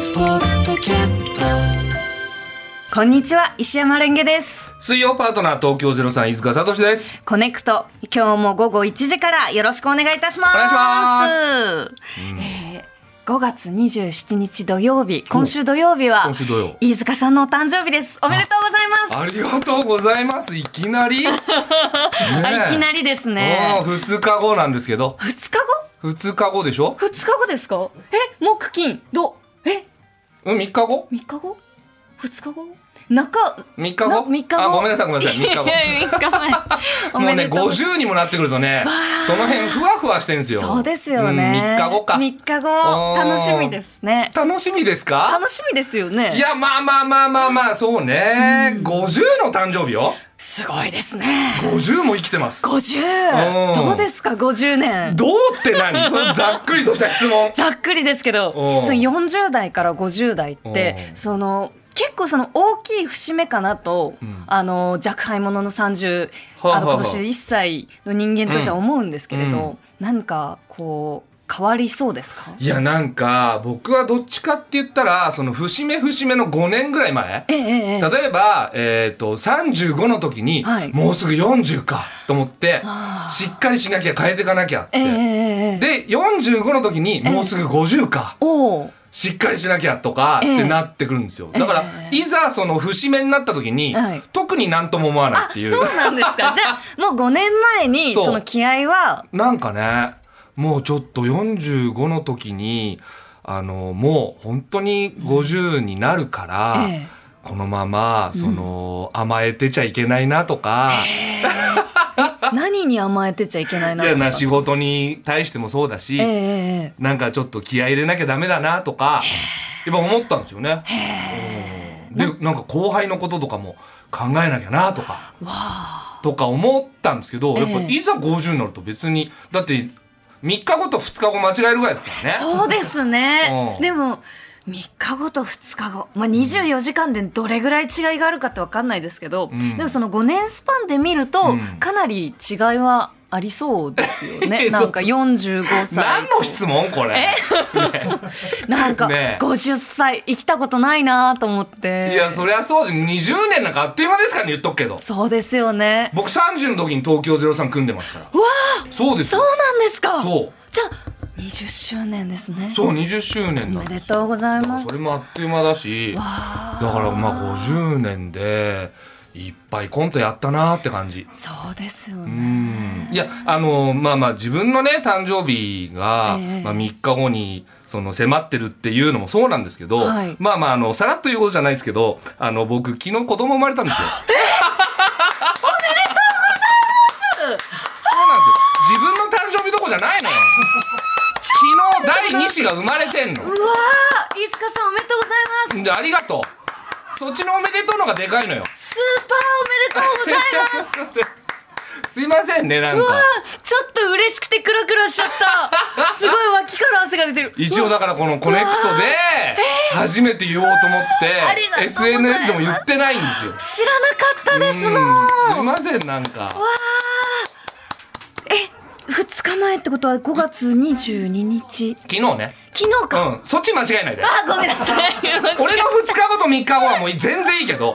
キャストこんにちは石山レンゲです水曜パートナー東京ゼロさん飯塚聡です。コネクト今日も午後1時からよろしくお願いいたします、お願いしますえー5月27日土曜日今週土曜日は今週土曜飯塚さんのお誕生日ですおめでとうございますありがとうございます。いき なり。ねあいきなりですねうん二日後なんですけど。 2日後二日後でしょ？ 2日後ですかえ木金土えうん三日後？ 3日後2日後中三日な後？三日後あごめんなさいごめんなさい三日 後。 3日前おもめうねでとう五十にもなってくるとね、その辺ふわふわしてんすよ。そうですよね。うん三日後か。三日後、うん楽しみですね。楽しみですか？楽しみですよね。いやまあまあまあまあまあそうね。五十の誕生日よ。すごいですね。五十も生きてます。五十ん。どうですか、五十年。どうって何？そのざっくりとした質問。ざっくりですけど、うんその四十代から五十代ってう、んその。結構その大きい節目かなと、あの若輩者の30、はああのはあ今年で1歳の人間としては思うんですけれうんど、なんかこう変わりそうですかいやなんか僕はどっちかって言ったらその節目節目の5年ぐらい前ええええええ例えば、えー、と35の時に、はいもうすぐ40かと思ってしっかりしなきゃ変えていかなきゃって、ええええええで45の時にもうすぐ50か、おうしっかりしなきゃとかっええてなってくるんですよ、だから、えいざその節目になった時に、はい特になんとも思わないあっていうそうなんですか。じゃあ、もう5年前に、そうその気合は、なんかね、もうちょっと45の時に、あの、もう本当に50になるから、ええこのまま、その、甘えてちゃいけないなとか、何に甘えてちゃいけないなといか。やな仕事に対してもそうだし、ええええなんかちょっと気合い入れなきゃダメだなとか、やっぱ思ったんですよね。うんで、なんか後輩のこととかも考えなきゃなとか、とか思ったんですけど、やっぱええいざ50になると別に、だって3日後と2日後間違えるぐらいですからね。そうですねう。んでも、3日後と2日後。まあ、24時間でどれぐらい違いがあるかってわかんないですけど、んでもその5年スパンで見ると、んかなり違いはありそうですよ ね。そうなんか45歳何。の質問これ。なんかねえ50歳、生きたことないなと思って。いや、そりゃそうで、20年なんかあっという間ですからね、言っとくけど。そうですよね。僕30の時に東京03組んでますから。そうですそうよ。なんですかそう。じゃあ20周年ですね。そう、20周年おなんめですでよとうございだかまらすそ。れもあっという間だし、だからまあ50年で、いっぱいコントやったなーって感じ。そうですよね。うんいや、あの、まあまあ自分のね、誕生日が、ええまあ3日後に、その迫ってるっていうのもそうなんですけど、はいまあまあ、あの、さらっと言うことじゃないですけど、あの、僕、昨日子供生まれたん ですよ。そうなんですよ。自分の誕生日どこじゃない のよ。昨日第2子が生まれてんの。うわー、飯塚さんおめでとうございます。でありがとう。そっちのおめでとうのがでかいのよ。スーパーおめでとうございます。す。いませんね、なんか。ちょっと嬉しくてクラクラしちゃ った。すごい脇から汗が出てる。一応だからこのコネクトで初めて言おうと思っありがとてうございます SNS でも言ってないんですよ。知らなかったですもうんすいん。ませんなんかえ、2日前ってことは5月22日。昨日ね昨日うか。んそっち間違えないであ、ごめんなさい。俺の2日後と3日後はもう全然いいけど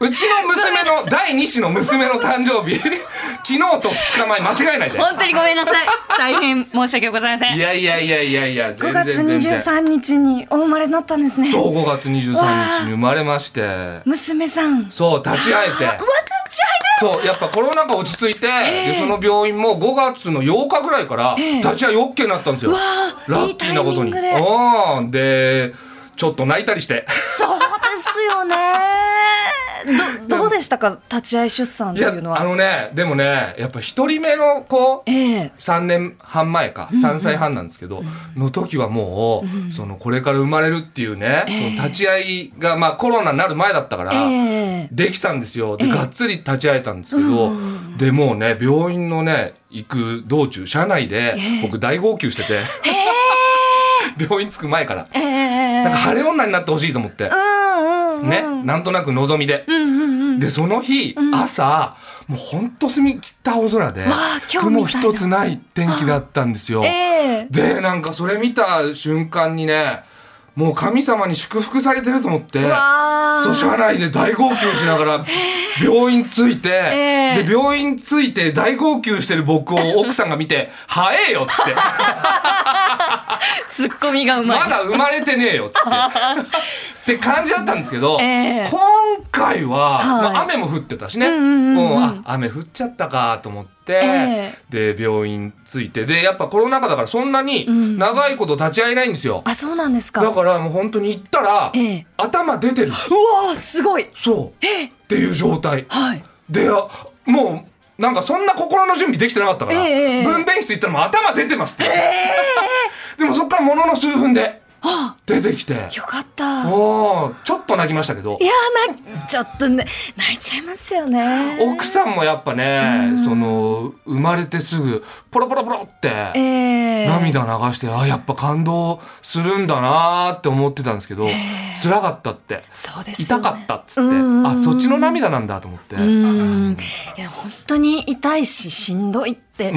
うちの娘の第2子の娘の誕生日 昨日と2日前間違えないで本当にごめんなさい。大変申し訳ございませいん。やいやいやいやいや5全然月全然23日にお生まれになったんですね。そう5月23日に生まれまして娘さん。そう立ち会えてうわ立ち会そう、やっぱコロナ禍落ち着いて、で、その病院も5月の8日ぐらいから、立ち会い OK になったんですよ。いだラわあいッいキターイなことミンに。グでうん。で、ちょっと泣いたりして。そうですよねどどうでしたか立ち会い出産っいていや、うのあはのね、でもね、やっぱ一人目の子、ええ3年半前か、3歳半なんですけど、の時はもう、その、これから生まれるっていうね、その立ち会いが、まあコロナになる前だったから、ええできたんですよ。で、がっつり立ち会えたんですけど、で、もうね、病院のね、行く道中、車内で、僕大号泣してて、 病院着く前から、ええなんか晴れ女になってほしいと思って、うんうんうんね、なんとなく望みで。で、その日、朝、もうほんと澄み切った青空であ、今日み雲たいな一つない天気だったんですよ。ええで、なんかそれ見た瞬間にね、もう神様に祝福されてると思ってわーそう車内で大号泣しなが ら病院着いて、ええで病院着いて大号泣してる僕を奥さんが見 て「早えよ」っつってツッコミがう「ままい。だ生まれてねえよ」っ つってって感じだったんですけど、ええ今回は、はいまあ、雨も降ってたしね、んうんうんうんもあ雨降っちゃったかと思って。えで病院着いてでやっぱコロナ禍だからそんなにん長いこと立ち会えないんですよ、あ、そうなんですか。だからもう本当に行ったら、ええ頭出てるうわーすごいそうっていう状態はい。であもうなんかそんな心の準備できてなかったから、ええええ分娩室行ったらもう頭出てますって、 でもそっからものの数分であ出てきてよかった。いおーちょっと泣きましたけどやーな、ちょっとね、泣いちゃいますよね。奥さんもやっぱねその生まれてすぐポロポロポロって、ええ涙流してあやっぱ感動するんだなーって思ってたんですけど、辛かったってそうですよ痛ね。かったっつって、うんあそっちの涙なんだと思って、うん。いや、本当に痛いし、しんどいって。うん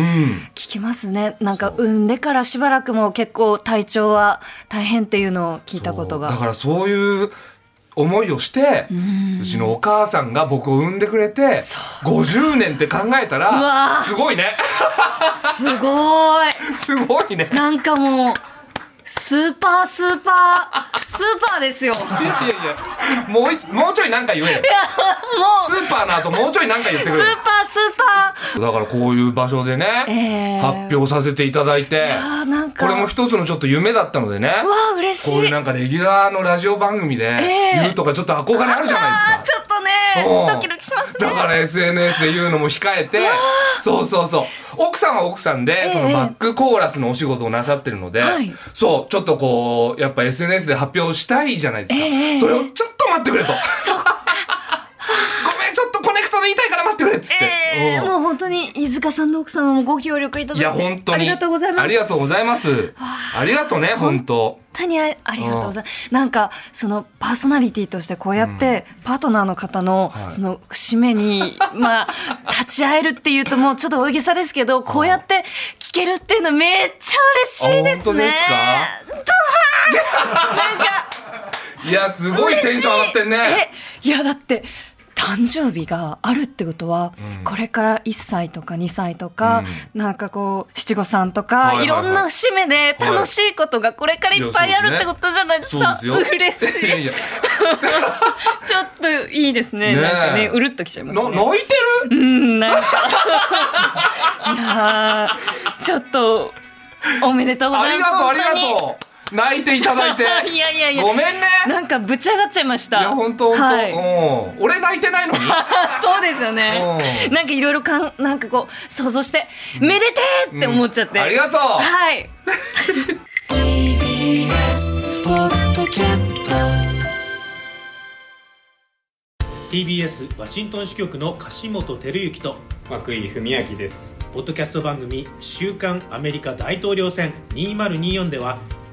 聞きますねなんか産んでからしばらくも結構体調は大変っていうのを聞いたことがそうだからそういう思いをして、うちのお母さんが僕を産んでくれて50年って考えたうわらーすごいね すごいすごいねなんかもうスーパースーパースーパーですよいやいやいやもういもうちょいなんか言えよスーパーな後もうちょいなんか言ってくスれーよパースーパーだからこういう場所でね、えー発表させていただいてあーなんかこれも一つのちょっと夢だったのでねうわー嬉しいこういうなんかレギュラーのラジオ番組でえー言うとかちょっと憧れあるじゃないですかあーちょっとうんねドキドキしますねだから SNS で言うのも控えて、そうそうそう。奥さんは奥さんで、ええそのバックコーラスのお仕事をなさってるので、はいそう、ちょっとこう、やっぱ SNS で発表したいじゃないですか。ええそれをちょっと待ってくれと。ごめん、ちょっとコネクトで言いたいから待ってくれっつって。えーうんもう本当に飯塚さんの奥様もご協力いただいいてや、本当に。ありがとうございますありがとうございます。ありがとうね、本当。本当にあありがとうございます。なんかそのパーソナリティとしてこうやってパートナーの方のはいその節目 にまあ立ち会えるっていうともうちょっと大げさですけどこうやって聞けるっていうのめっちゃ嬉しいであ本当すでねす。ドハー なんかいや、すごいテンション上がってんね。えいやだって誕生日があるってことは、これから1歳とか2歳とか、なんかこう七五三とか、はいいはいはいろんな節目で楽しいことがこれからいっぱいあるってことじゃないですそうでか、すよ。 嬉し いやいいやちょっといいですねねえなんかねうるっときちゃいますなね泣いてるうんなんかいやーちょっとおめでとうご あざいりますがとう、あり本当にがとう。泣いていただいて 。いやいやいやごめんね。なんかぶち上がっちゃいましいたや、本当、本当、はいうん。俺泣い てないのに。そうですよねう。んなんかいろいろかん、なんかこう、想像して、めでてーって思っちゃって。ありがとう。はい。 TBS ワシントン支局の樫本照之と涌井文明ですポッドキャスト番組「週刊アメリカ大統領選2024」では